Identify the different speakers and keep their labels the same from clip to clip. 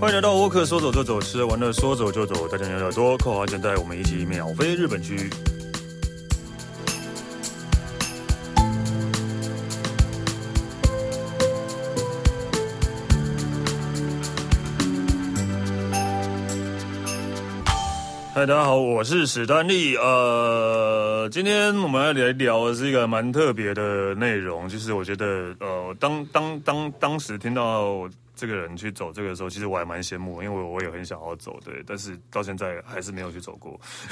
Speaker 1: 欢迎来到沃克，说走就走，吃玩的说走就走，大家聊聊多，扣好现在我们一起秒飞日本区。嗨，大家好，我是史丹利。呃，今天我们要来聊的是一个蛮特别的内容，就是我觉得，呃，当当当当时听到这个人去走这个的时候，其实我还蛮羡慕，因为我我也很想要走，对，但是到现在还是没有去走过。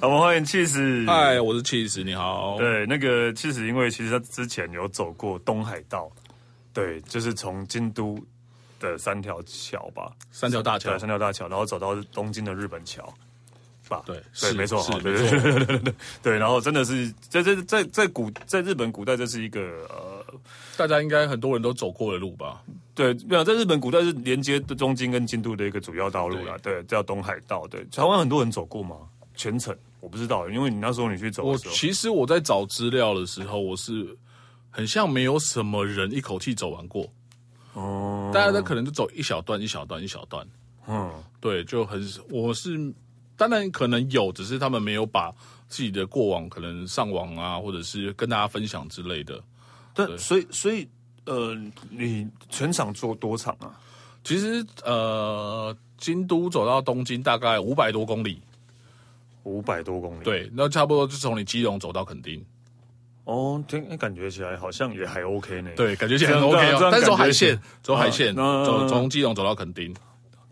Speaker 1: 好我们欢迎气死。
Speaker 2: 嗨，我是 Cheese，你好。
Speaker 1: 对，那个其实因为其实他之前有走过东海道，对，就是从京都的三条桥吧，
Speaker 2: 三条大桥
Speaker 1: 对，三条大桥，然后走到东京的日本桥。吧，
Speaker 2: 对
Speaker 1: 对，
Speaker 2: 是
Speaker 1: 没错，
Speaker 2: 是
Speaker 1: 好对
Speaker 2: 没
Speaker 1: 对对
Speaker 2: 错
Speaker 1: 对对对 对，然后真的是在在在在古在日本古代，这是一个呃，
Speaker 2: 大家应该很多人都走过的路吧？
Speaker 1: 对，没有在日本古代是连接东京跟京都的一个主要道路啦，对，叫东海道，对，台湾很多人走过吗？全程我不知道，因为你那时候你去走
Speaker 2: 我
Speaker 1: 的时候，
Speaker 2: 其实我在找资料的时候，我是很像没有什么人一口气走完过，
Speaker 1: 哦，
Speaker 2: 大家都可能就走一小段、一小段、一小段。
Speaker 1: 嗯，
Speaker 2: 对，就很我是当然可能有，只是他们没有把自己的过往可能上网啊，或者是跟大家分享之类的。
Speaker 1: 但所以所以呃，你全场做多长啊？
Speaker 2: 其实呃，京都走到东京大概五百多公里，
Speaker 1: 五百多公里。，
Speaker 2: 对，那差不多就是从你基隆走到垦丁。
Speaker 1: 哦，听感觉起来好像也还 OK 呢。，
Speaker 2: 对，感觉起来
Speaker 1: 这
Speaker 2: 很
Speaker 1: 样
Speaker 2: OK
Speaker 1: 这样这
Speaker 2: 哦
Speaker 1: 样。
Speaker 2: 但是啊走
Speaker 1: 感觉
Speaker 2: 海
Speaker 1: 起
Speaker 2: 线
Speaker 1: 来，
Speaker 2: 走海线，
Speaker 1: 嗯
Speaker 2: 走从基隆走到垦丁，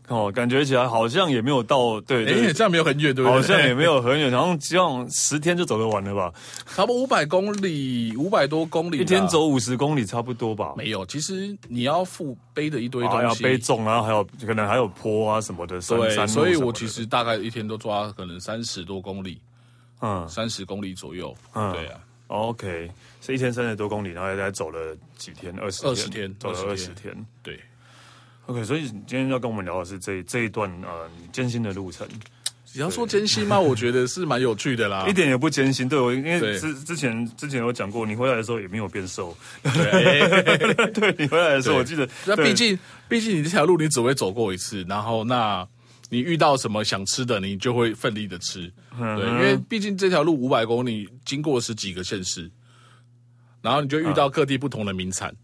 Speaker 1: 哦，感觉起来好像也没有到，对
Speaker 2: 哎，
Speaker 1: 对，
Speaker 2: 这样没有很远，对不哎对？
Speaker 1: 好像也没有很远，好像这样十天就走得完了吧？
Speaker 2: 差不多五百公里，五百多公里啦，
Speaker 1: 一天走五十公里差不多吧？
Speaker 2: 没有。其实你要负哦背的一堆
Speaker 1: 啊，
Speaker 2: 东
Speaker 1: 要
Speaker 2: 西，
Speaker 1: 背重啊，还有可能还有坡啊什么的，山山
Speaker 2: 对，
Speaker 1: 路
Speaker 2: 所以
Speaker 1: 什么
Speaker 2: 我
Speaker 1: 的
Speaker 2: 其实大概一天都抓可能三十多公里，
Speaker 1: 嗯
Speaker 2: 三十公里左右。
Speaker 1: 嗯
Speaker 2: 对啊，
Speaker 1: ，OK，是一天三十多公里，然后大概走了几天？二十
Speaker 2: 20天
Speaker 1: 走了二
Speaker 2: 20
Speaker 1: 十
Speaker 2: 天
Speaker 1: 天。
Speaker 2: 对，
Speaker 1: OK，所以你今天要跟我们聊的是这这一段呃你艰辛的路程。
Speaker 2: 你要说艰辛吗？我觉得是蛮有趣的 啦
Speaker 1: 一。点也不艰辛。对我，因为
Speaker 2: 对
Speaker 1: 之之前之前有讲过，你回来的时候也没有变瘦。
Speaker 2: 对，哎
Speaker 1: 对你回来的时候，
Speaker 2: 对
Speaker 1: 我记得，
Speaker 2: 那
Speaker 1: 对
Speaker 2: 毕竟毕竟你这条路你只会走过一次，然后那你遇到什么想吃的，你就会奋力的吃。
Speaker 1: 嗯
Speaker 2: 对，因为毕竟这条路五百公里，经过十几个县市，然后你就遇到各地不同的名产。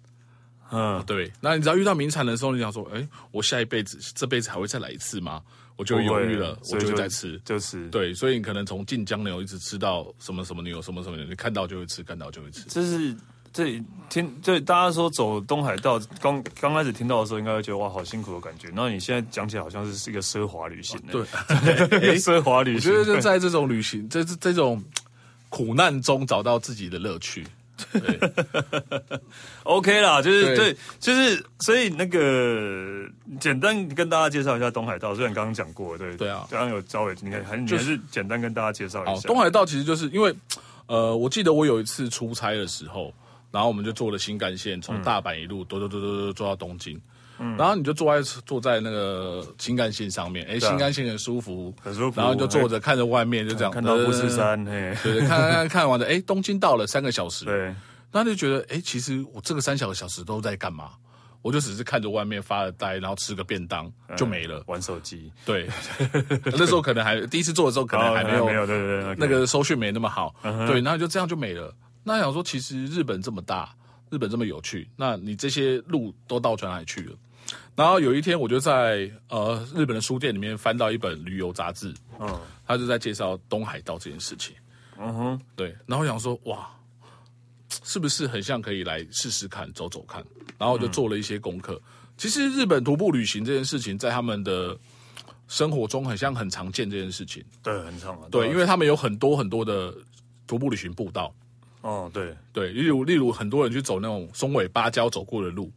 Speaker 1: 嗯，
Speaker 2: 对，那你只要遇到名产的时候，你想说，哎，我下一辈子这辈子还会再来一次吗？我就犹豫了，
Speaker 1: 所
Speaker 2: 我
Speaker 1: 以
Speaker 2: 就会再吃。
Speaker 1: 就是。
Speaker 2: 对，所以你可能从晋江牛一直吃到什么什么牛，什么什么牛，你看到就会吃，看到就会吃。
Speaker 1: 这是这听这大家说走东海道，刚刚开始听到的时候，应该会觉得哇，好辛苦的感觉。那你现在讲起来，好像是是一个奢华旅行、欸，
Speaker 2: 哦对， 哎
Speaker 1: 对，奢华旅
Speaker 2: 我
Speaker 1: 行
Speaker 2: 觉。得就在这种旅行， 这这这种苦难中找到自己的乐趣。
Speaker 1: OK 啦，就是对
Speaker 2: 对
Speaker 1: 就是所以那个简单跟大家介绍一下东海道，虽然刚刚讲过，对
Speaker 2: 对啊
Speaker 1: 刚刚有稍微你看，还
Speaker 2: 就是
Speaker 1: 你还是简单跟大家介绍一
Speaker 2: 好，
Speaker 1: 下。
Speaker 2: 东海道其实就是因为，呃，我记得我有一次出差的时候，然后我们就坐了新干线，
Speaker 1: 嗯
Speaker 2: 从大阪一路嘟嘟嘟嘟嘟坐到东京。然后你就坐在坐在那个新干线上面，哎，
Speaker 1: 啊
Speaker 2: 新干线很舒服，
Speaker 1: 很舒服哎
Speaker 2: 然后你就坐着看着外面，就这样呃
Speaker 1: 看到富士，山，嘿，
Speaker 2: 对，对看看 看看完了，哎，东京到了三个小时，
Speaker 1: 对，
Speaker 2: 那就觉得，哎、其实我这个三小小时都在干嘛？我就只是看着外面发了呆，然后吃个便当就没了。
Speaker 1: 玩手机，
Speaker 2: 对，那时候可能还第一次做的时候，可能还没有、
Speaker 1: 哦没有，对对对，
Speaker 2: 那个嗯收讯没那么好。对，然后就这样就没了。那想说，其实日本这么大，日本这么有趣，那你这些路都到哪里去了？然后有一天，我就在呃日本的书店里面翻到一本旅游杂志，
Speaker 1: 嗯
Speaker 2: 他就在介绍东海道这件事情。
Speaker 1: 嗯哼，
Speaker 2: 对，然后我想说，哇，是不是很像可以来试试看，走走看？然后我就
Speaker 1: 嗯
Speaker 2: 做了一些功课。其实日本徒步旅行这件事情，在他们的生活中很像很常见这件事情。
Speaker 1: 对，很长啊，
Speaker 2: 对，因
Speaker 1: 为
Speaker 2: 为他们有很多很多的徒步旅行步道。
Speaker 1: 哦对，
Speaker 2: 对，例如例如很多人去走那种松尾芭蕉走过的路，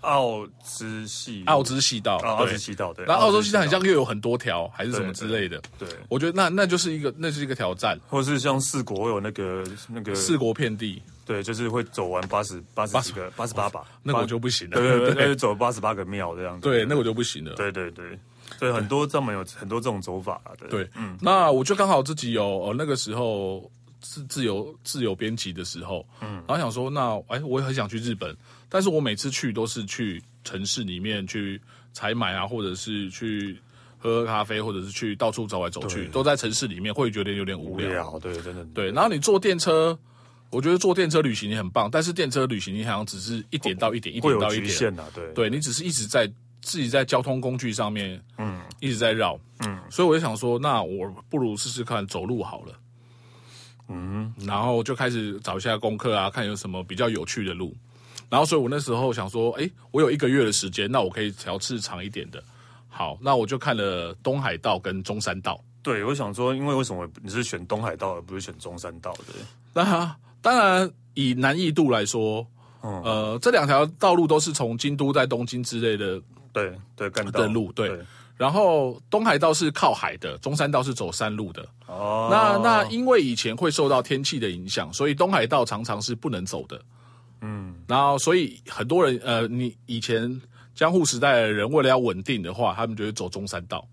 Speaker 1: 奥之系
Speaker 2: 奥之细道。
Speaker 1: 啊，奥之
Speaker 2: 对
Speaker 1: 西道对，
Speaker 2: 然后澳洲西道很像又有很多条，还是什么之类的。
Speaker 1: 对，
Speaker 2: 我觉得那那就是一个那是一个挑战，
Speaker 1: 或是像四国有那个那个
Speaker 2: 四国遍地，
Speaker 1: 对，就是会走完八十八十几个八十八把，
Speaker 2: 那个
Speaker 1: 八
Speaker 2: 我就不行了。
Speaker 1: 对对对，那就走八十八个庙这样子，
Speaker 2: 对，那个我就不行了。
Speaker 1: 对对对，所以很多这么有很多这种走法啊，对
Speaker 2: 对，那我就刚好自己有呃那个时候自自由自由编辑的时候，嗯，然后想说，那哎，我也很想去日本，但是我每次去都是去城市里面去采买啊，或者是去喝喝咖啡，或者是去到处走来走去，
Speaker 1: 对
Speaker 2: 都在城市里面，会觉得有点无
Speaker 1: 无
Speaker 2: 聊。
Speaker 1: 聊，对，真的
Speaker 2: 对，然后你坐电车，我觉得坐电车旅行也很棒，但是电车旅行你好像只是一点到一点，一
Speaker 1: 会
Speaker 2: 点
Speaker 1: 有
Speaker 2: 到一
Speaker 1: 局
Speaker 2: 点，
Speaker 1: 限呐、啊对
Speaker 2: 对你只是一直在自己在交通工具上面，嗯，一直在绕，嗯，所以我就想说，那我不如试试看走路好了，嗯，然后就开始找一下功课啊，看有什么比较有趣的路，然后所以我那时候想说，诶，我有一个月的时间，那我可以调试长一点的，好，那我就看了东海道跟中山道，
Speaker 1: 对，我想说，因为为什么你是选东海道而不是选中山道的？
Speaker 2: 那当然，以难易度来说，呃，这两条道路都是从京都在东京之类的，
Speaker 1: 对对，干道
Speaker 2: 的路啊对
Speaker 1: 对
Speaker 2: 然后东海道是靠海的，中山道是走山路的。
Speaker 1: 哦，
Speaker 2: 那那因为以前会受到天气的影响，所以东海道常常是不能走的。嗯，然后所以很多人呃，你以前江户时代的人为了要稳定的话，他们就会走中山道。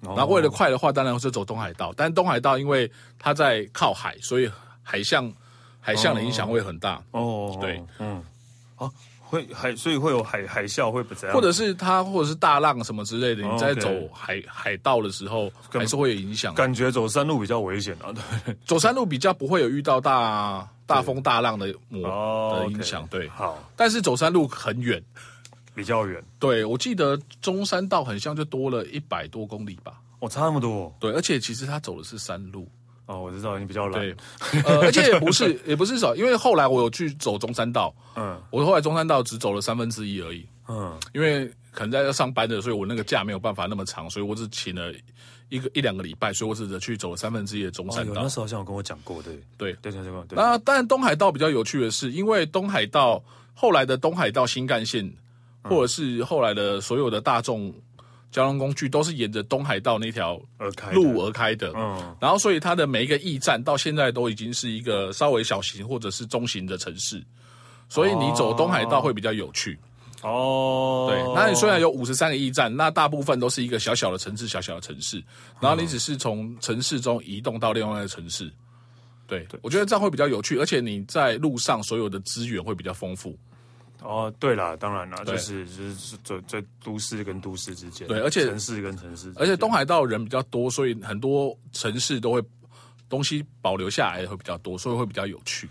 Speaker 1: 然
Speaker 2: 然后为了快的话，当然是走东海道，但东海道因为它在靠海，所以海象海象的影响会很大。
Speaker 1: 哦，
Speaker 2: 对，
Speaker 1: 嗯，哦，会海，所以会有海海啸，会不怎样？
Speaker 2: 或者是它，或者是大浪什么之类的，
Speaker 1: 哦
Speaker 2: 你在
Speaker 1: OK
Speaker 2: 走海、海道的时候，
Speaker 1: 根
Speaker 2: 还是会有影响。
Speaker 1: 感觉走山路比较危险啊，对，
Speaker 2: 走山路比较不会有遇到大大风大浪 的魔
Speaker 1: 哦
Speaker 2: 的
Speaker 1: ，OK
Speaker 2: 影响，对。
Speaker 1: 好，
Speaker 2: 但是走山路很远，
Speaker 1: 比较远，
Speaker 2: 对我记得中山道很像就多了一百多公里吧，
Speaker 1: 哦，差那么多
Speaker 2: 对，而且其实它走的是山路，
Speaker 1: 哦，我知道你比较懒，
Speaker 2: 对，呃，而且也不是 也不是少，因为后来我有去走中山道，
Speaker 1: 嗯
Speaker 2: 我后来中山道只走了三分之一而已，
Speaker 1: 嗯，
Speaker 2: 因为可能在要上班的，所以我那个假没有办法那么长，所以我只请了一个一两个礼拜，所以我只只去走了三分之一的中
Speaker 1: 哦，
Speaker 2: 山
Speaker 1: 有
Speaker 2: 道。
Speaker 1: 那时候好像有跟我讲过，对，
Speaker 2: 对，
Speaker 1: 对对对对，
Speaker 2: 那但东海道比较有趣的是，因为东海道后来的东海道新干线，
Speaker 1: 嗯
Speaker 2: 或者是后来的所有的大众交通工具，都是沿着东海道那条
Speaker 1: 而开的
Speaker 2: 路，而开的。
Speaker 1: 嗯，
Speaker 2: 然后，所以它的每一个驿站到现在都已经是一个稍微小型或者是中型的城市，所以你走东海道会比较有趣。
Speaker 1: 哦，
Speaker 2: 对，那你虽然有五十三个驿站，那大部分都是一个小小的城市，小小的城市，然后你只是从城市中移动到另外一个城市。对，我觉得这样会比较有趣，而且你在路上所有的资源会比较丰富。
Speaker 1: 哦，对啦，当然啦，
Speaker 2: 对
Speaker 1: 就是就是在在都市跟都市之间，
Speaker 2: 对而且
Speaker 1: 城市跟城市之间，
Speaker 2: 而且东海道人比较多，所以很多城市都会东西保留下来会比较多，所以会比较有趣。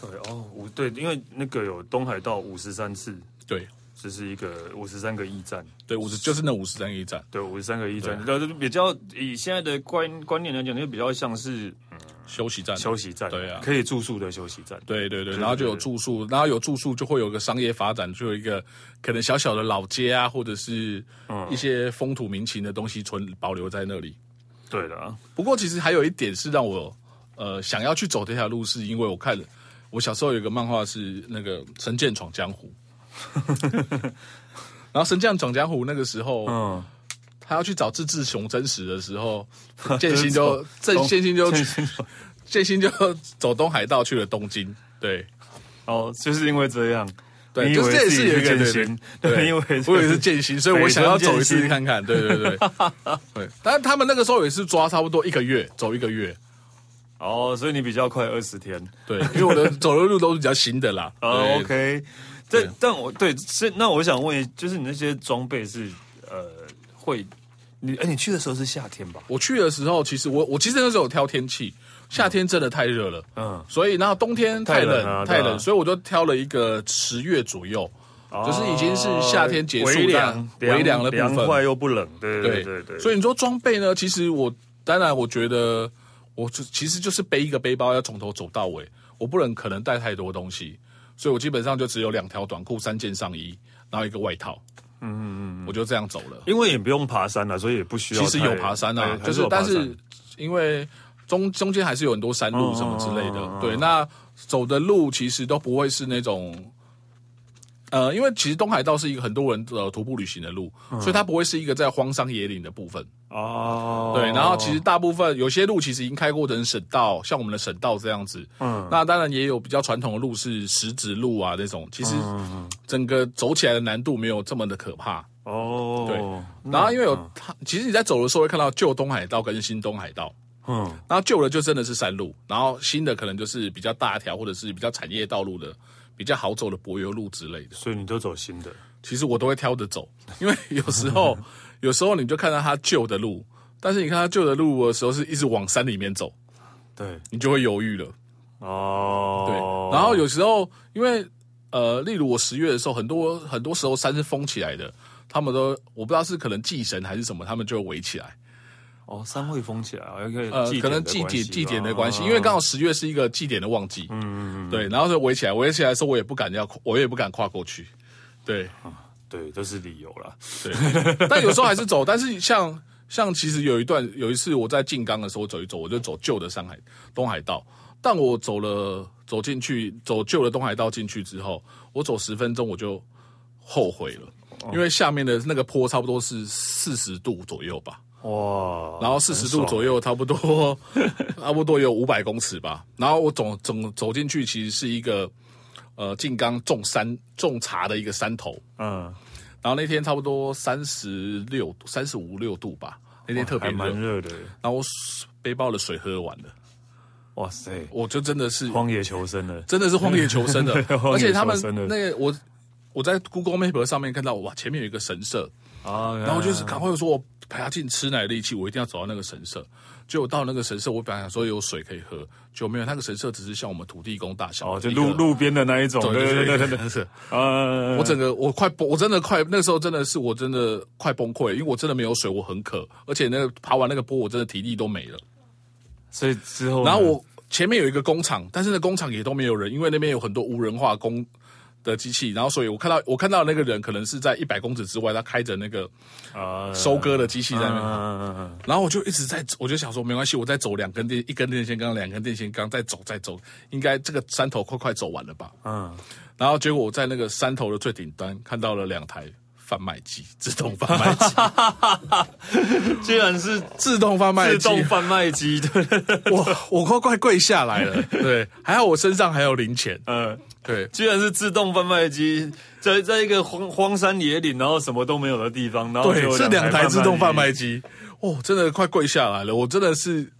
Speaker 1: 对哦，五对，因为那个有东海道五十三次，
Speaker 2: 对，
Speaker 1: 这是一个五十三个驿站，
Speaker 2: 对，五十就是那五十三个驿站。
Speaker 1: 对，五十三个驿站，那就比较以现在的观观念来讲，就比较像是
Speaker 2: 休息站，
Speaker 1: 休息站，
Speaker 2: 对啊
Speaker 1: 可以住宿的休息站，
Speaker 2: 对对对，
Speaker 1: 对
Speaker 2: 然后就有
Speaker 1: 对
Speaker 2: 住宿，然后有住宿就会有个商业发展，就有一个可能小小的老街啊，或者是
Speaker 1: 嗯
Speaker 2: 一些风土民情的东西存保留在那里。
Speaker 1: 对的啊，
Speaker 2: 不过其实还有一点是让我呃想要去走这条路，是因为我看了我小时候有一个漫画是那个《神剑闯江湖》， 然后《神剑闯江湖》那个时候，
Speaker 1: 嗯，
Speaker 2: 他要去找志志雄真实的时候， 剑心就郑
Speaker 1: 东
Speaker 2: 剑心就剑心就走东海道去了东京，对。
Speaker 1: 哦，就是因为这样，
Speaker 2: 对，
Speaker 1: 你以
Speaker 2: 就是
Speaker 1: 为
Speaker 2: 这也
Speaker 1: 自己
Speaker 2: 是有
Speaker 1: 是
Speaker 2: 一个
Speaker 1: 剑
Speaker 2: 对
Speaker 1: 心，
Speaker 2: 对
Speaker 1: 对，
Speaker 2: 对，
Speaker 1: 因为
Speaker 2: 我以为是剑心，所以我想要走一次看看。对 对对，对。但是他们那个时候也是抓差不多一个月，走一个月。
Speaker 1: 哦，所以你比较快二十天，
Speaker 2: 对，因为我 的走的路都是比较新的啦。
Speaker 1: 哦
Speaker 2: 对
Speaker 1: ，OK，但但我对是那我想问，就是你那些装备是呃会你哎、你去的时候是夏天吧？
Speaker 2: 我去的时候，其实我我其实那时候有挑天气，夏天真的太热了，
Speaker 1: 嗯，
Speaker 2: 所以然后冬天太
Speaker 1: 太冷了
Speaker 2: 冷
Speaker 1: 对啊哦
Speaker 2: 太冷，所以我就挑了一个十月左右，就是已经是夏天结束
Speaker 1: 微凉
Speaker 2: 但微凉的部
Speaker 1: 凉
Speaker 2: 分，
Speaker 1: 快又不冷，对对
Speaker 2: 对
Speaker 1: 对对，
Speaker 2: 所以你说装备呢？其实我当然我觉得，我就其实就是背一个背包，要从头走到尾，我不能可能带太多东西，所以我基本上就只有两条短裤、三件上衣，然后一个外套。嗯嗯嗯，我就这样走了。
Speaker 1: 因为也不用爬山了、所以也不需要
Speaker 2: 其
Speaker 1: 太。
Speaker 2: 实有爬山啊
Speaker 1: 对，
Speaker 2: 就
Speaker 1: 还
Speaker 2: 是
Speaker 1: 有爬
Speaker 2: 但
Speaker 1: 山
Speaker 2: 是因为中中间还是有很多山路什么之类
Speaker 1: 嗯嗯嗯
Speaker 2: 的，对，那走的路其实都不会是那种。呃，因为其实东海道是一个很多人呃徒步旅行的路，所以它不会是一个在荒山野岭的部分。
Speaker 1: 哦，
Speaker 2: 对，然后其实大部分有些路其实已经开过成省道，像我们的省道这样子。嗯，那当然也有比较传统的路是石子路啊那种，其实整个走起来的难度没有这么的可怕。
Speaker 1: 哦，嗯
Speaker 2: 对然后因为有它，其实你在走的时候会看到旧东海道跟新东海道。
Speaker 1: 嗯
Speaker 2: 然后旧的就真的是山路，然后新的可能就是比较大条或者是比较产业道路的。比较好走的柏油路之类的，
Speaker 1: 所以你都走新的，
Speaker 2: 其实我都会挑着走， 因为有时候有时候你就看到它旧的路，但是你看它旧的路的时候是一直往山里面走，
Speaker 1: 对
Speaker 2: 你就会犹豫了。
Speaker 1: 哦，
Speaker 2: 对，然后有时候因为呃，例如我十月的时候，很多很多时候山是封起来的，他们都我不知道是可能祭神还是什么，他们就围起来。
Speaker 1: 哦，山会封起来，哦，可以
Speaker 2: 呃，可能祭
Speaker 1: 祭
Speaker 2: 典祭典的关系，
Speaker 1: 哦
Speaker 2: 因为刚好十月是一个祭典的旺季，
Speaker 1: 嗯嗯嗯，
Speaker 2: 对，然后就围起来，围起来的时候我也不敢要，我也不敢跨过去，对
Speaker 1: 对，这是理由啦。
Speaker 2: 对， 但有时候还是走，但是像。像其实有一段有一次我在静冈的时候走一走，我就走旧的上海东海道，但我走了走进去走旧的东海道进去之后，我走十分钟我就后悔了，因为下面的那个坡差不多是四十度左右吧，
Speaker 1: 哇，
Speaker 2: 然后四十度左右，差不多差不多有五百公尺吧。然后我总总走进去，其实是一个呃静冈种山种茶的一个山头。
Speaker 1: 嗯，
Speaker 2: 然后那天差不多三十六、三十五六度吧，那天特别
Speaker 1: 还
Speaker 2: 热。
Speaker 1: 蛮
Speaker 2: 然
Speaker 1: 热的，
Speaker 2: 后我背包的水喝完了，
Speaker 1: 哇塞，
Speaker 2: 我就真的是
Speaker 1: 荒野求生了，，
Speaker 2: 真的是荒野求生的
Speaker 1: 荒野
Speaker 2: 而且他们
Speaker 1: 求生的
Speaker 2: 那个我我在 Google Map 上面看到哇，前面有一个神社，
Speaker 1: 啊，
Speaker 2: 然后就是赶快说，我爬进吃奶的力气，我一定要走到那个神社。结果到那个神社，我本来想说有水可以喝，结果没有。那个神社只是像我们土地公大小
Speaker 1: 哦，就
Speaker 2: 一个
Speaker 1: 路，路边的那一种，
Speaker 2: 对
Speaker 1: 对
Speaker 2: 对
Speaker 1: 对
Speaker 2: 对
Speaker 1: 对
Speaker 2: 对
Speaker 1: 对
Speaker 2: 对
Speaker 1: 对，
Speaker 2: 对。
Speaker 1: 呃，
Speaker 2: 我整个我快崩，我真的快，那时候真的是我真的快崩溃，因为我真的没有水，我很渴，而且那个爬完那个坡，我真的体力都没了。
Speaker 1: 所以之后呢，
Speaker 2: 然后我前面有一个工厂，但是那工厂也都没有人，因为那边有很多无人化工的机器，然后所以我看到我看到那个人可能是在一百公尺之外，他开着那个
Speaker 1: 啊
Speaker 2: 收割的机器在那边。
Speaker 1: 嗯嗯
Speaker 2: 然后我就一直在走，我就想说没关系，我再走两根电，一根电线杆，两根电线杆，再走再走，应该这个山头快快走完了吧？
Speaker 1: 嗯，
Speaker 2: 然后结果我在那个山头的最顶端看到了两台贩卖机，自动贩卖机，
Speaker 1: 啊嗯 居然是
Speaker 2: 自动贩卖
Speaker 1: 自
Speaker 2: 机，
Speaker 1: 动贩卖机，对，
Speaker 2: 我我快快跪下来了， 对，还好我身上还有零钱，
Speaker 1: 嗯。
Speaker 2: 对。
Speaker 1: 居然是自动贩卖机，在在一个荒荒山野岭，然后什么都没有的地方，然后
Speaker 2: 对，
Speaker 1: 就有
Speaker 2: 是两台自动贩
Speaker 1: 机
Speaker 2: 卖机，哦，真的快跪下来了，我真的是，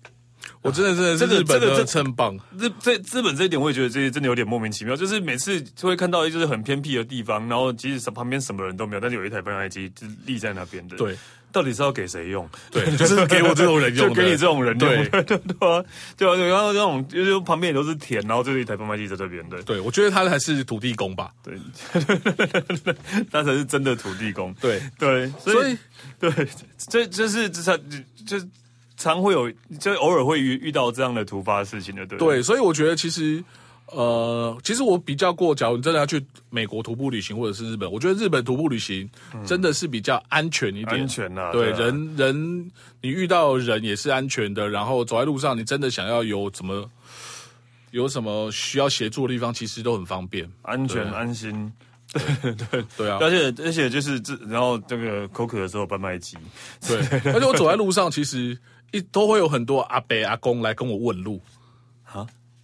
Speaker 2: 我真的真的是
Speaker 1: 这个
Speaker 2: 日本
Speaker 1: 这个
Speaker 2: 的
Speaker 1: 这
Speaker 2: 称棒，
Speaker 1: 日这资本这一点，我也觉得这真的有点莫名其妙。就是每次就会看到就是很偏僻的地方，然后即使旁边什么人都没有，但是有一台贩卖机就立在那边的。
Speaker 2: 对，
Speaker 1: 到底是要给谁用？
Speaker 2: 对，就是给我这种人用
Speaker 1: 就
Speaker 2: 的，
Speaker 1: 给你这种人用。
Speaker 2: 对
Speaker 1: 对对对啊，对啊，对然后那种就是旁边也都是田，然后就是一台贩卖机在这边的。
Speaker 2: 对，我觉得他还是土地公吧，
Speaker 1: 对，那才是真的土地公。
Speaker 2: 对，
Speaker 1: 对，所
Speaker 2: 所
Speaker 1: 以
Speaker 2: 以
Speaker 1: 对，这就是这常就常会有，就偶尔会遇遇到这样的突发事情的，对不
Speaker 2: 对，所以我觉得其实，呃，其实我比较过，假如你真的要去美国徒步旅行或者是日本，我觉得日本徒步旅行真的是比较嗯安全一点，
Speaker 1: 安全啊对
Speaker 2: 对，
Speaker 1: 啊
Speaker 2: 人人你遇到人也是安全的，然后走在路上，你真的想要有怎么有什么需要协助的地方，其实都很方便，
Speaker 1: 安全
Speaker 2: 对
Speaker 1: 安心。对对，
Speaker 2: 对啊，
Speaker 1: 而且而且就是这，然后这个口渴的时候贩卖机，
Speaker 2: 对， 而且我走在路上，其实一都会有很多阿伯阿公来跟我问路。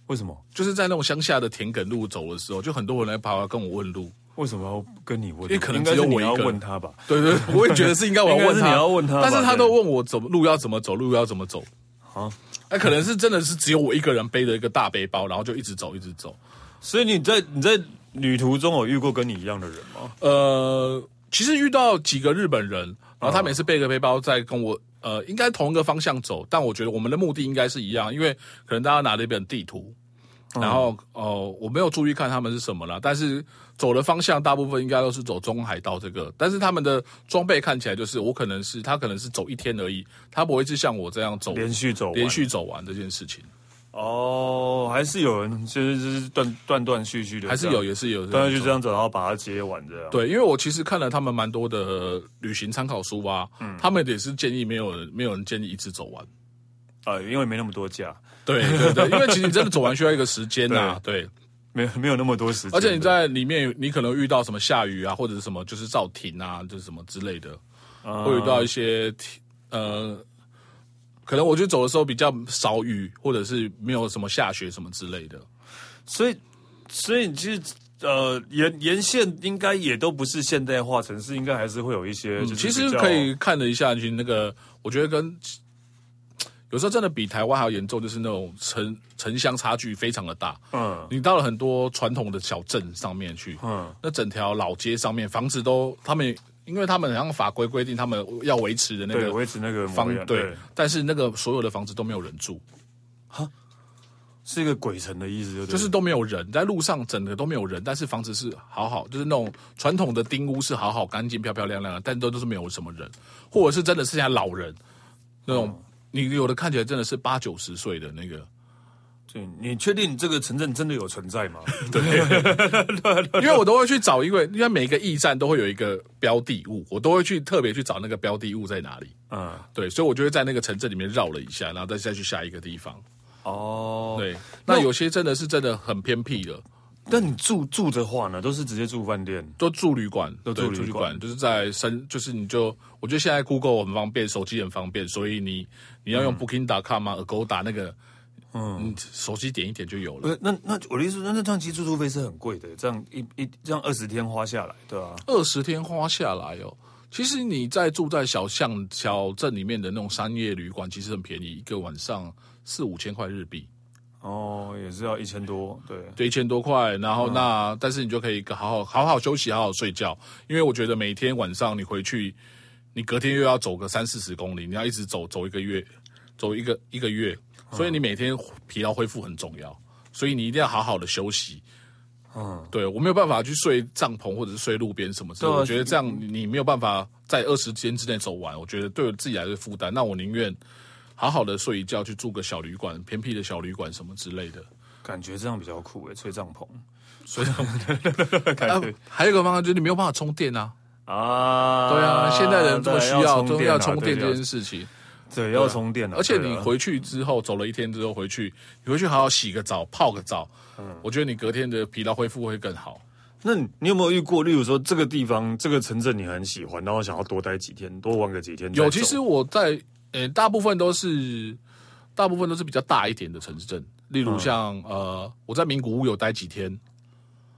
Speaker 1: 为什么？
Speaker 2: 就是在那种乡下的田埂路走的时候，就很多人来跑来跟我问路。
Speaker 1: 为什么要跟你问？
Speaker 2: 为可能
Speaker 1: 应该
Speaker 2: 只有
Speaker 1: 是你
Speaker 2: 我一
Speaker 1: 要
Speaker 2: 个人
Speaker 1: 问他吧。
Speaker 2: 对 对，对我也觉得是应该我要
Speaker 1: 应该
Speaker 2: 问
Speaker 1: 是
Speaker 2: 他，
Speaker 1: 你要问他吧
Speaker 2: 但是他
Speaker 1: 对
Speaker 2: 都问我怎么路要怎么走，路要怎么走。
Speaker 1: 啊，
Speaker 2: 那可能是真的是只有我一个人背着一个大背包，然后就一直走一直走。
Speaker 1: 所以你在你在旅途中有遇过跟你一样的人吗？
Speaker 2: 呃，其实遇到几个日本人，
Speaker 1: 嗯
Speaker 2: 然后他每次背个背包在跟我。呃，应该同一个方向走，但我觉得我们的目的应该是一样，因为可能大家拿了一本地图，
Speaker 1: 嗯
Speaker 2: 然后呃，我没有注意看他们是什么啦，但是走的方向大部分应该都是走中海道这个，但是他们的装备看起来就是我可能是他可能是走一天而已，他不会是像我这样走
Speaker 1: 连续走完，
Speaker 2: 连续走完这件事情，
Speaker 1: 哦，还是有人就是就是断断断续续的这样，
Speaker 2: 还是有也是有人
Speaker 1: 断断续续
Speaker 2: 走
Speaker 1: 这样走，然后把它接完这样。
Speaker 2: 对，因为我其实看了他们蛮多的旅行参考书啊，他们也是建议没有人没有人建议一直走完。
Speaker 1: 呃，因为没那么多假，
Speaker 2: 对对对，因为其实你真的走完需要一个时间呐、对，
Speaker 1: 没有没有那么多时间，
Speaker 2: 而且你在里面你可能遇到什么下雨啊，或者是什么就是照停啊，就是什么之类的，会
Speaker 1: 会
Speaker 2: 遇到一些呃，可能我就走的时候比较少雨，或者是没有什么下雪什么之类的。
Speaker 1: 所以所以其实呃沿沿线应该也都不是现代化城市，应嗯该还是会有一些就是
Speaker 2: 嗯其
Speaker 1: 比较、
Speaker 2: 实可以看了一下，去那个，我觉得跟有时候真的比台湾还要严重，就是那种城城乡差距非常的大。
Speaker 1: 嗯
Speaker 2: 你到了很多传统的小镇上面去，
Speaker 1: 嗯
Speaker 2: 那整条老街上面房子都他们，因为他们好像法规规定他们要维持的那
Speaker 1: 对，
Speaker 2: 个
Speaker 1: 维持那个模
Speaker 2: 方
Speaker 1: 样，
Speaker 2: 对，但是那个所有的房子都没有人住，
Speaker 1: 是一个鬼城的意思，就对
Speaker 2: 就是都没有人在路上，整个都没有人，但是房子是好好，就是那种传统的丁屋是好好干净漂漂亮亮的，但都都是没有什么人，或者是真的剩下老人那种。你有的看起来真的是八九十岁的那个，
Speaker 1: 对你确定这个城镇真的有存 在吗？
Speaker 2: 因为我都会去找一个，因为每个驿站都会有一个标的物，我都会去特别去找那个标的物在哪里。
Speaker 1: 嗯，
Speaker 2: 对，所以我就会在那个城镇里面绕了一下，然后再再去下一个地方。
Speaker 1: 哦，
Speaker 2: 对，那有些真的是真的很偏僻的，
Speaker 1: 但你住住的话呢，都是直接住饭店，
Speaker 2: 都住旅馆，
Speaker 1: 都住
Speaker 2: 对
Speaker 1: 旅
Speaker 2: 旅
Speaker 1: 馆
Speaker 2: 馆，就是在深，就是你就，我觉得现在 Google 很方便，手机很方便，所以你你要
Speaker 1: 嗯
Speaker 2: 用 Booking.com 啊、Agoda 那个，嗯，手机点一点就有了。
Speaker 1: 不是？呃那那我的意思是，那那这样其实住宿费是很贵的，这样一一这样二十天花下来，对啊，
Speaker 2: 二十天花下来哦，其实你在住在小巷小镇里面的那种商业旅馆，其实很便宜，一个晚上四五千块日币。
Speaker 1: 哦，也是要一千多，对，
Speaker 2: 对，一千多块，然后那、但是你就可以好好好好休息，好好睡觉，因为我觉得每天晚上你回去，你隔天又要走个三四十公里，你要一直走走一个月，走一个一个月，所以你每天疲劳恢复很重要，所以你一定要好好的休息。
Speaker 1: 嗯，
Speaker 2: 对我没有办法去睡帐篷或者是睡路边什么之类的，
Speaker 1: 对啊
Speaker 2: 我觉得这样你你没有办法在二十天之内走完，我觉得对我自己来说负担，那我宁愿好好的睡一觉，去住个小旅馆，偏僻的小旅馆什么之类的。
Speaker 1: 感觉这样比较酷欸诶，吹帐 篷
Speaker 2: 所以啊，还有一个方法就是你没有办法充电啊。
Speaker 1: 啊，
Speaker 2: 对啊，现代人这么需要，
Speaker 1: 对
Speaker 2: 都
Speaker 1: 啊
Speaker 2: 要
Speaker 1: 要
Speaker 2: 充电这
Speaker 1: 这
Speaker 2: 件事情。
Speaker 1: 对，要充电啊
Speaker 2: 而且
Speaker 1: 对
Speaker 2: 你
Speaker 1: 啊
Speaker 2: 回去之后，走了一天之后回去，你回去好好洗个澡，泡个澡。
Speaker 1: 嗯
Speaker 2: 我觉得你隔天的疲劳恢复会更好。
Speaker 1: 那你你有没有遇过，例如说这个地方、这个城镇你很喜欢，然后想要多待几天、多玩个几天再走？
Speaker 2: 有，其实我在呃，大部分都是大部分都是比较大一点的城市镇，例
Speaker 1: 嗯
Speaker 2: 如像呃，我在名古屋有待几天，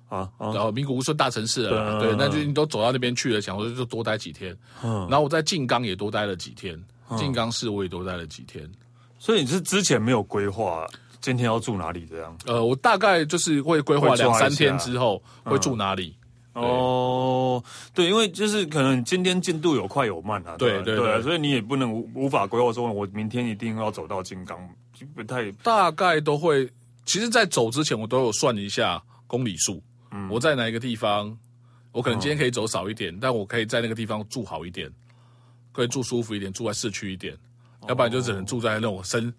Speaker 1: 啊啊，
Speaker 2: 然后名古屋算大城市了啦，
Speaker 1: 对嗯
Speaker 2: 对，那就你都走到那边去了，想说就多待几天。然后我在静冈也多待了几天，
Speaker 1: 嗯
Speaker 2: 静冈市我也多待了几天。
Speaker 1: 所以你是之前没有规划今天要住哪里这样？
Speaker 2: 呃，我大概就是会规划
Speaker 1: 会抓
Speaker 2: 两
Speaker 1: 一
Speaker 2: 三
Speaker 1: 下
Speaker 2: 天之后会住哪里。
Speaker 1: 哦，对，因为就是可能今天进度有快有慢啊，
Speaker 2: 对
Speaker 1: 吧
Speaker 2: 对
Speaker 1: 啊
Speaker 2: 对
Speaker 1: 所以你也不能无无法规划说，我明天一定要走到金刚，就不太
Speaker 2: 大概都会，其实，在走之前我都有算一下公里数，
Speaker 1: 嗯
Speaker 2: 我在哪一个地方，我可能今天可以走少一点，
Speaker 1: 哦
Speaker 2: 但我可以在那个地方住好一点，可以住舒服一点，住在市区一点，
Speaker 1: 哦
Speaker 2: 要不然就只能住在那种深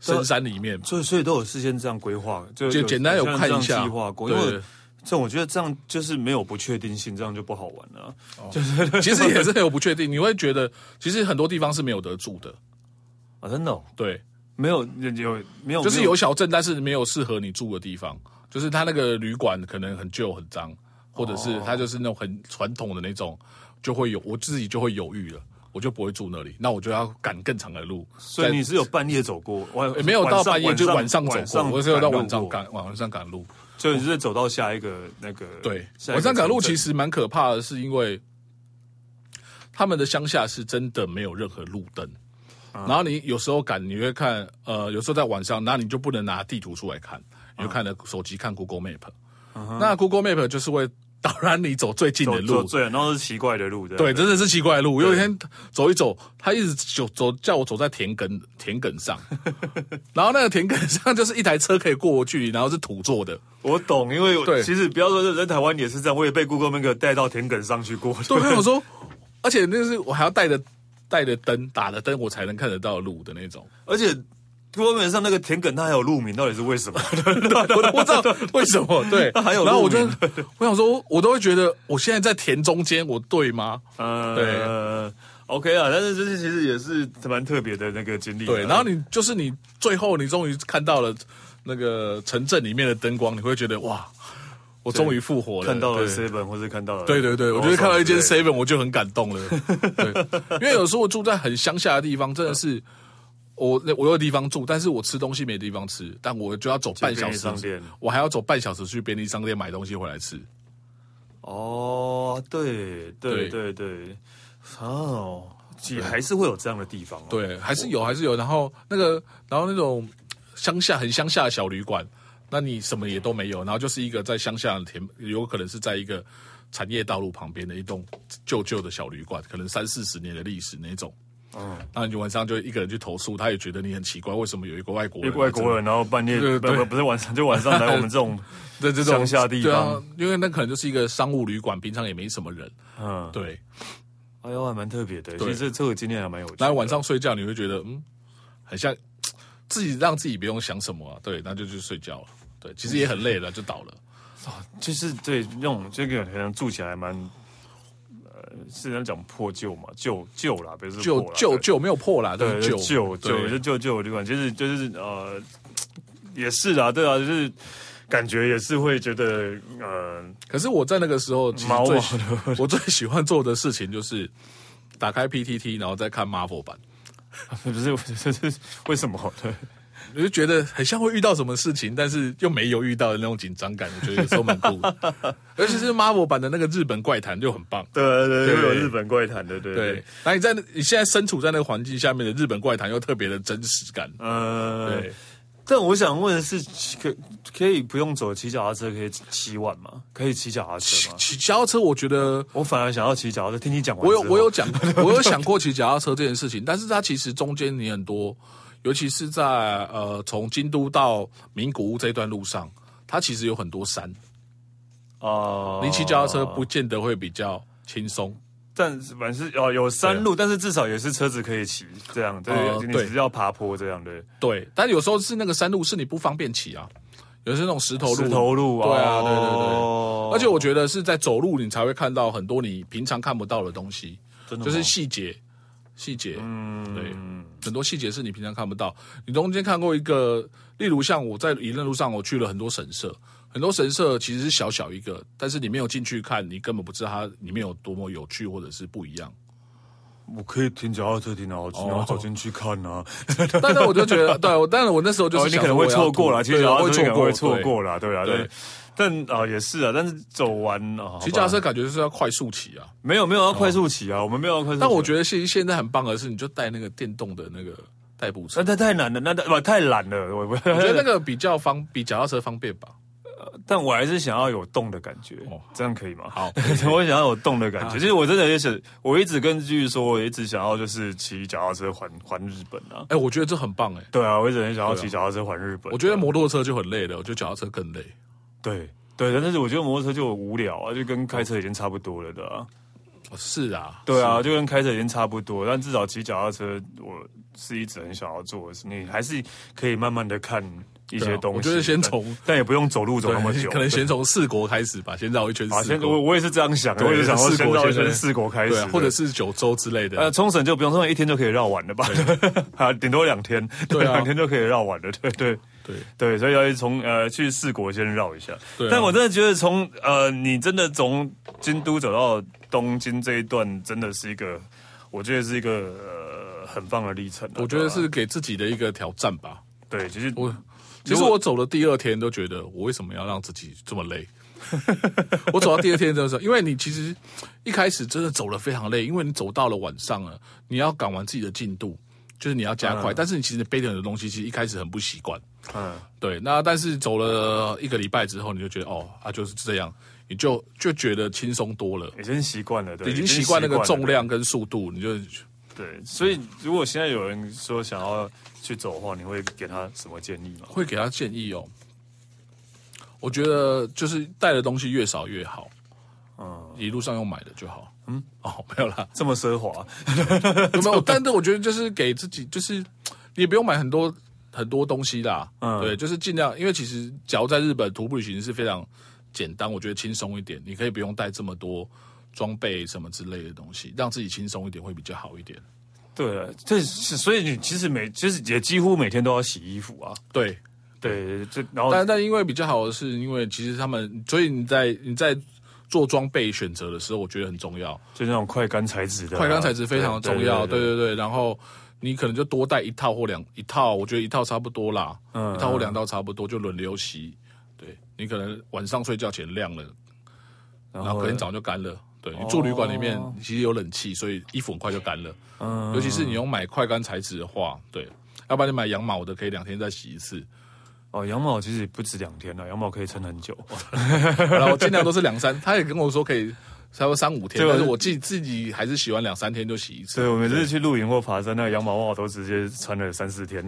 Speaker 2: 深山里面。
Speaker 1: 所以所以都有事先这样规划，啊就
Speaker 2: 就简单有看
Speaker 1: 这
Speaker 2: 一
Speaker 1: 样
Speaker 2: 下
Speaker 1: 计划过，因为
Speaker 2: 对，
Speaker 1: 这我觉得这样就是没有不确定性，这样就不好玩了、
Speaker 2: 其实也是很有不确定，你会觉得其实很多地方是没有得住的，
Speaker 1: 啊，真的哦、
Speaker 2: 对，
Speaker 1: 没有有没有
Speaker 2: 就是
Speaker 1: 哦没
Speaker 2: 有小镇，但是没有适合你住的地方，就是它那个旅馆可能很旧很脏，或者
Speaker 1: 哦
Speaker 2: 是它就是那种很传统的那种，就会有我自己就会犹豫了，我就不会住那里，那我就要赶更长的路，
Speaker 1: 所以
Speaker 2: 在
Speaker 1: 你是有半夜走过，晚
Speaker 2: 也没有到
Speaker 1: 晚上
Speaker 2: 半夜，就晚
Speaker 1: 晚
Speaker 2: 上
Speaker 1: 上
Speaker 2: 走过，我是有到晚上，赶晚上赶路。
Speaker 1: 所以你是走到下一个那个
Speaker 2: 对，
Speaker 1: 下一个
Speaker 2: 晚上赶路
Speaker 1: 城镇
Speaker 2: 其实蛮可怕的，是因为他们的乡下是真的没有任何路灯，
Speaker 1: 啊
Speaker 2: 然后你有时候赶，你会看，呃，有时候在晚上，那你就不能拿地图出来看，你就看了手机看 Google Map，、那 Google Map 就是会导览你走最近的
Speaker 1: 走啊走
Speaker 2: 路。
Speaker 1: 最然后是奇怪的路，这样
Speaker 2: 对，真的是奇怪的路。有一天走一走，他一直走走叫我走在田埂田埂 上，然后那个田埂上就是一台车可以过的距离，然后是土做的，
Speaker 1: 我懂，因为我
Speaker 2: 对
Speaker 1: 其实不要说在台湾也是这样，我也被 Google 那个带到田埂上去 过。
Speaker 2: 对，我想说，而且那是我还要带着带着灯打着灯，我才能看得到路的那种。
Speaker 1: 而且 Google 上那个田埂它还有路名，到底是为 什么？
Speaker 2: 我都不知 道为什么，对。
Speaker 1: 还有
Speaker 2: 然后我
Speaker 1: 路
Speaker 2: 就
Speaker 1: 名
Speaker 2: 我想说，我都会觉得我现在在田中间，我对吗？
Speaker 1: 呃，OK 啊，但是这些其实也是蛮特别的那个经历啊。
Speaker 2: 对。然后你就是你最后你终于看到了那个城镇里面的灯光，你会觉得哇，我终于复活了，
Speaker 1: 看到了
Speaker 2: 对
Speaker 1: Seven 或者看到了，哦
Speaker 2: 对对对，我觉得看到一间 seven 我就很感动了。对， 因为有时候我住在很乡下的地方，真的是我那我有地方住，但是我吃东西没地方吃，但我就要走半小
Speaker 1: 去便利商
Speaker 2: 时
Speaker 1: 店，
Speaker 2: 我还要走半小时去便利商店买东西回来吃。
Speaker 1: 哦，对对对
Speaker 2: 对
Speaker 1: 对，哦，也还是会有这样的地方、哦。
Speaker 2: 对，还是有，还是有。然后那个，然后那种乡下很乡下的小旅馆，那你什么也都没有，然后就是一个在乡下的田，有可能是在一个产业道路旁边的一栋旧旧的小旅馆，可能三四十年的历史那种。嗯，那你晚上就一个人去投诉，他也觉得你很奇怪，为什么有一个外国
Speaker 1: 一
Speaker 2: 人
Speaker 1: 个外国
Speaker 2: 来
Speaker 1: 人，然后半夜
Speaker 2: 对
Speaker 1: 不
Speaker 2: 对
Speaker 1: 不不是晚上，就晚上来我们这 种
Speaker 2: 这对这种
Speaker 1: 乡下地
Speaker 2: 对
Speaker 1: 方
Speaker 2: 啊，因为那可能就是一个商务旅馆，平常也没什么人，
Speaker 1: 嗯，
Speaker 2: 对。
Speaker 1: 哎呦，还蛮特别的。其实这这个经验还蛮有趣的。
Speaker 2: 然后晚上睡觉，你会觉得嗯，很像自己让自己不用想什么、啊，对，那就去睡觉了。对，其实也很累了，就倒了。
Speaker 1: 就是对那种这个可能住起来蛮，呃，是能讲破旧嘛，旧旧啦，不是
Speaker 2: 就
Speaker 1: 破啦
Speaker 2: 就就没有破啦，
Speaker 1: 对
Speaker 2: 就
Speaker 1: 旧旧旧就
Speaker 2: 对
Speaker 1: 旧旧的地方，就是就是呃，也是啦，对啊，就是感觉也是会觉得呃，啊
Speaker 2: 可是我在那个时候，其实
Speaker 1: 毛
Speaker 2: 最
Speaker 1: 毛的
Speaker 2: 我最喜欢做的事情就是打开 PTT，然后再看 Marvel 版，
Speaker 1: 不是 就是为什么？对，
Speaker 2: 我就觉得很像会遇到什么事情，但是又没有遇到的那种紧张感，我觉得有时候蛮酷的。尤其是 Marvel 版的那个日本怪谈就很棒。
Speaker 1: 对对对，
Speaker 2: 对啊
Speaker 1: 会有日本怪谈的，对
Speaker 2: 对，，那你在那你现在身处在那个环境下面的日本怪谈，又特别的真实感。
Speaker 1: 呃，
Speaker 2: 对，。
Speaker 1: 但我想问的是，可可以不用走骑脚踏车，可以骑晚吗？可以骑脚踏车 吗？
Speaker 2: 骑脚踏车，我觉得
Speaker 1: 我反而想要骑脚踏车，听你讲完
Speaker 2: 我有
Speaker 1: 之后
Speaker 2: 我 有讲，我有想过骑脚踏车这件事情，但是它其实中间你很多，尤其是在呃从京都到名古屋这段路上，它其实有很多山，
Speaker 1: 哦，
Speaker 2: 你骑脚踏车不见得会比较轻松。
Speaker 1: 但是反正是哦有山路，但是至少也是车子可以骑，这样对，
Speaker 2: 呃
Speaker 1: 你
Speaker 2: 啊对
Speaker 1: 只是要爬坡这样对。
Speaker 2: 对，但有时候是那个山路是你不方便骑啊，有些那种石头路，
Speaker 1: 石头路
Speaker 2: 对啊，对对对。
Speaker 1: 哦
Speaker 2: 而且我觉得是在走路，你才会看到很多你平常看不到的东西，
Speaker 1: 真的
Speaker 2: 就
Speaker 1: 吗
Speaker 2: 是细节，细节，
Speaker 1: 哦嗯
Speaker 2: 对，很多细节是你平常看不到。你中间看过一个，例如像我在一任路上，我去了很多神社，很多神社其实是小小一个，但是你没有进去看，你根本不知道它里面有多么有趣或者是不一样。
Speaker 1: 我可以停脚踏车停，然后然
Speaker 2: 哦
Speaker 1: 后走进去看啊。
Speaker 2: 但是我就觉得，对，我但是我那时候就是
Speaker 1: 哦，你
Speaker 2: 想
Speaker 1: 可
Speaker 2: 说
Speaker 1: 能
Speaker 2: 我
Speaker 1: 会
Speaker 2: 要
Speaker 1: 错过啦，
Speaker 2: 对
Speaker 1: 骑脚
Speaker 2: 我
Speaker 1: 踏
Speaker 2: 会
Speaker 1: 车你可
Speaker 2: 错
Speaker 1: 能
Speaker 2: 过，
Speaker 1: 会错
Speaker 2: 对。
Speaker 1: 过啦，对啊，对
Speaker 2: 对。
Speaker 1: 但啊也是啊，但是走完啊，
Speaker 2: 骑脚踏
Speaker 1: 好吧
Speaker 2: 车感觉就是要快速骑啊，
Speaker 1: 没有没有要快速骑啊，我们没有要快速骑啊。
Speaker 2: 但我觉得现现在很棒的是，你就带那个电动的那个代步车
Speaker 1: 那，呃太太难了，那太不太懒了，我我
Speaker 2: 我觉得那个比较方比脚踏车方便吧。
Speaker 1: 但我还是想要有动的感觉，
Speaker 2: 哦
Speaker 1: 这样可以吗？
Speaker 2: 好
Speaker 1: 我想要有动的感觉。其实我真的也是，我一直跟剧说，我一直想要就是骑脚踏车环环日本啊。
Speaker 2: 哎、我觉得这很棒哎、
Speaker 1: 对啊，我一直很想要骑脚踏车环日本。
Speaker 2: 我觉得摩托车就很累了，我觉得脚踏车更累。
Speaker 1: 对对，但是我觉得摩托车就无聊啊，就跟开车已经差不多了的、啊。
Speaker 2: 哦是啊，
Speaker 1: 对啊，就跟开车已经差不多，但至少骑脚踏车，我是一直很想要做的事。你还是可以慢慢的看一
Speaker 2: 对
Speaker 1: 些
Speaker 2: 啊
Speaker 1: 东西，
Speaker 2: 我觉得先
Speaker 1: 但
Speaker 2: 从
Speaker 1: 但也不用走路走
Speaker 2: 对
Speaker 1: 那么久，
Speaker 2: 可能先从四国开始吧，先绕一圈
Speaker 1: 啊，
Speaker 2: 四
Speaker 1: 先我
Speaker 2: 国，
Speaker 1: 我也是这样想，啊
Speaker 2: 对
Speaker 1: 我也是想说
Speaker 2: 四
Speaker 1: 先
Speaker 2: 国
Speaker 1: 绕一
Speaker 2: 先
Speaker 1: 圈四国开始
Speaker 2: 对啊
Speaker 1: 的，，
Speaker 2: 或者是九州之类的。
Speaker 1: 呃，冲绳就不用，冲绳一天就可以绕完了吧？ 啊，顶多两天，
Speaker 2: 对啊
Speaker 1: 两天就可以绕完了，对对
Speaker 2: 对，
Speaker 1: 对，所以要从呃去四国先绕一下。
Speaker 2: 对啊
Speaker 1: 但我真的觉得从呃，你真的从京都走到东京这一段，真的是一个，我觉得是一个呃很棒的历程啊、
Speaker 2: 我觉得
Speaker 1: 对啊
Speaker 2: 是给自己的一个挑战吧。
Speaker 1: 对，其实
Speaker 2: 我其实我走的第二天都觉得，我为什么要让自己这么累？ 我走到第二天的时候，因为你其实一开始真的走了非常累，因为你走到了晚上了，你要赶完自己的进度，就是你要加快。但是你其实背着你的东西，其实一开始很不习惯。
Speaker 1: 嗯，
Speaker 2: 对，那但是走了一个礼拜之后，你就觉得哦啊就是这样，你就就觉得轻松多了，
Speaker 1: 已经习惯了，对，
Speaker 2: 已经习惯那个
Speaker 1: 了
Speaker 2: 重量跟速度，你就
Speaker 1: 对，所以如果现在有人说想要去走的话，你会给他什么建议吗？
Speaker 2: 会给他建议哦。我觉得就是带的东西越少越好，
Speaker 1: 嗯，
Speaker 2: 一路上用买的就好。嗯，哦，没有 啦，
Speaker 1: 这么奢华，
Speaker 2: 有没有？但是我觉得就是给自己，就是你也不用买很多很多东西啦。
Speaker 1: 嗯
Speaker 2: 对，就是尽量，因为其实假如在日本徒步旅行是非常简单，我觉得轻松一点，你可以不用带这么多装备什么之类的东西，让自己轻松一点会比较好一点。
Speaker 1: 对了，这是所以你其实每其实也几乎每天都要洗衣服啊。
Speaker 2: 对，
Speaker 1: 对，这然后
Speaker 2: 但但因为比较好的是，因为其实他们，所以你在你在做装备选择的时候，我觉得很重要。
Speaker 1: 就那种快干材质的啊、
Speaker 2: 快干材质非常的重要，对
Speaker 1: 对
Speaker 2: 对对。然后你可能就多带一套或两一套，我觉得一套差不多啦，
Speaker 1: 嗯
Speaker 2: 一套或两套差不多，就轮流洗。对你可能晚上睡觉前晾了，然
Speaker 1: 后哦
Speaker 2: 后可能早上就干了，对，你住旅馆里面其实有冷气，所以衣服很快就干了。
Speaker 1: 嗯
Speaker 2: 尤其是你用买快干材质的话，对，要不然你买羊毛的可以两天再洗一次，
Speaker 1: 哦，羊毛其实不止两天了，羊毛可以撑很久。
Speaker 2: 哦然后尽量都是两三。他也跟我说可以差不多三五天
Speaker 1: 这，个
Speaker 2: 但是我自己自己还是喜欢两三天就洗一
Speaker 1: 对，
Speaker 2: 次。
Speaker 1: 我每次去露营或爬山，那个羊毛袜都直接穿了三四天，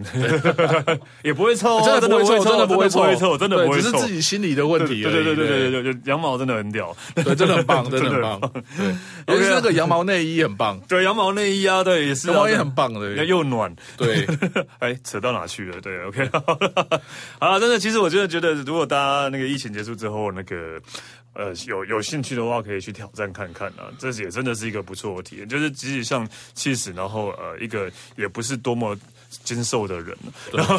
Speaker 1: 也不会臭、哦，
Speaker 2: 真的不会臭，真的不会
Speaker 1: 真的不会臭，
Speaker 2: 臭，
Speaker 1: 真的不
Speaker 2: 对
Speaker 1: 会
Speaker 2: 只
Speaker 1: 臭
Speaker 2: 是。自己心里的问
Speaker 1: 对
Speaker 2: 题
Speaker 1: 对
Speaker 2: 而已。
Speaker 1: 对对对对对，羊毛真的很屌。
Speaker 2: 对，真的很棒，真的很棒。对，尤其是那个羊毛内衣很棒，
Speaker 1: 对，羊毛内衣啊，对， 也是、啊，
Speaker 2: 羊毛也很棒
Speaker 1: 对
Speaker 2: 的。
Speaker 1: 又暖。
Speaker 2: 对，
Speaker 1: 哎，扯到哪去了？对，OK，好 了，好了，真的，其实我真的觉得，如果大家那个疫情结束之后，那个呃有有兴趣的话，可以去挑战看看啊，这也真的是一个不错的体验。就是即使像气死，然后呃一个也不是多么。精瘦的人，然后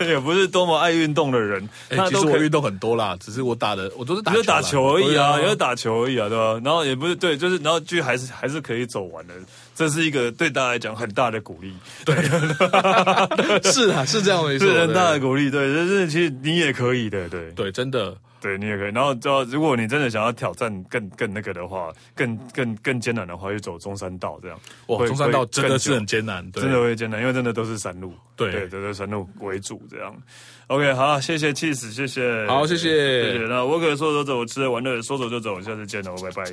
Speaker 1: 也 不是多么爱运动的人，
Speaker 2: 哎，
Speaker 1: 那
Speaker 2: 其
Speaker 1: 都
Speaker 2: 实
Speaker 1: 可
Speaker 2: 我
Speaker 1: 以
Speaker 2: 运动很多啦，只是我打的我都是打
Speaker 1: 你就打
Speaker 2: 啦
Speaker 1: 球而已啊，
Speaker 2: 对
Speaker 1: 也就打球而已啊，对吧？然后也不是对，就是然后剧还是还是可以走完的，这是一个对大家来讲很大的鼓励， 对，
Speaker 2: 是啊，是这样没 错，
Speaker 1: 是很大的
Speaker 2: 对
Speaker 1: 鼓励，对，就是其实你也可以的，对，
Speaker 2: 对，真的，
Speaker 1: 对你也可以。然后知道，如果你真的想要挑战更更那个的话，更更更艰难的话，就走中山道这样。
Speaker 2: 哇，
Speaker 1: 会
Speaker 2: 中山道
Speaker 1: 会
Speaker 2: 真的是
Speaker 1: 更久
Speaker 2: 很艰难，对
Speaker 1: 真的会艰难，因为真的都是山路，
Speaker 2: 对
Speaker 1: 对，都是山路为主这样。OK，好，谢谢 Cheese，谢谢，
Speaker 2: 好谢谢
Speaker 1: 哦谢谢。那我可说走就走，吃了玩乐说走就走，下次见喽，拜拜。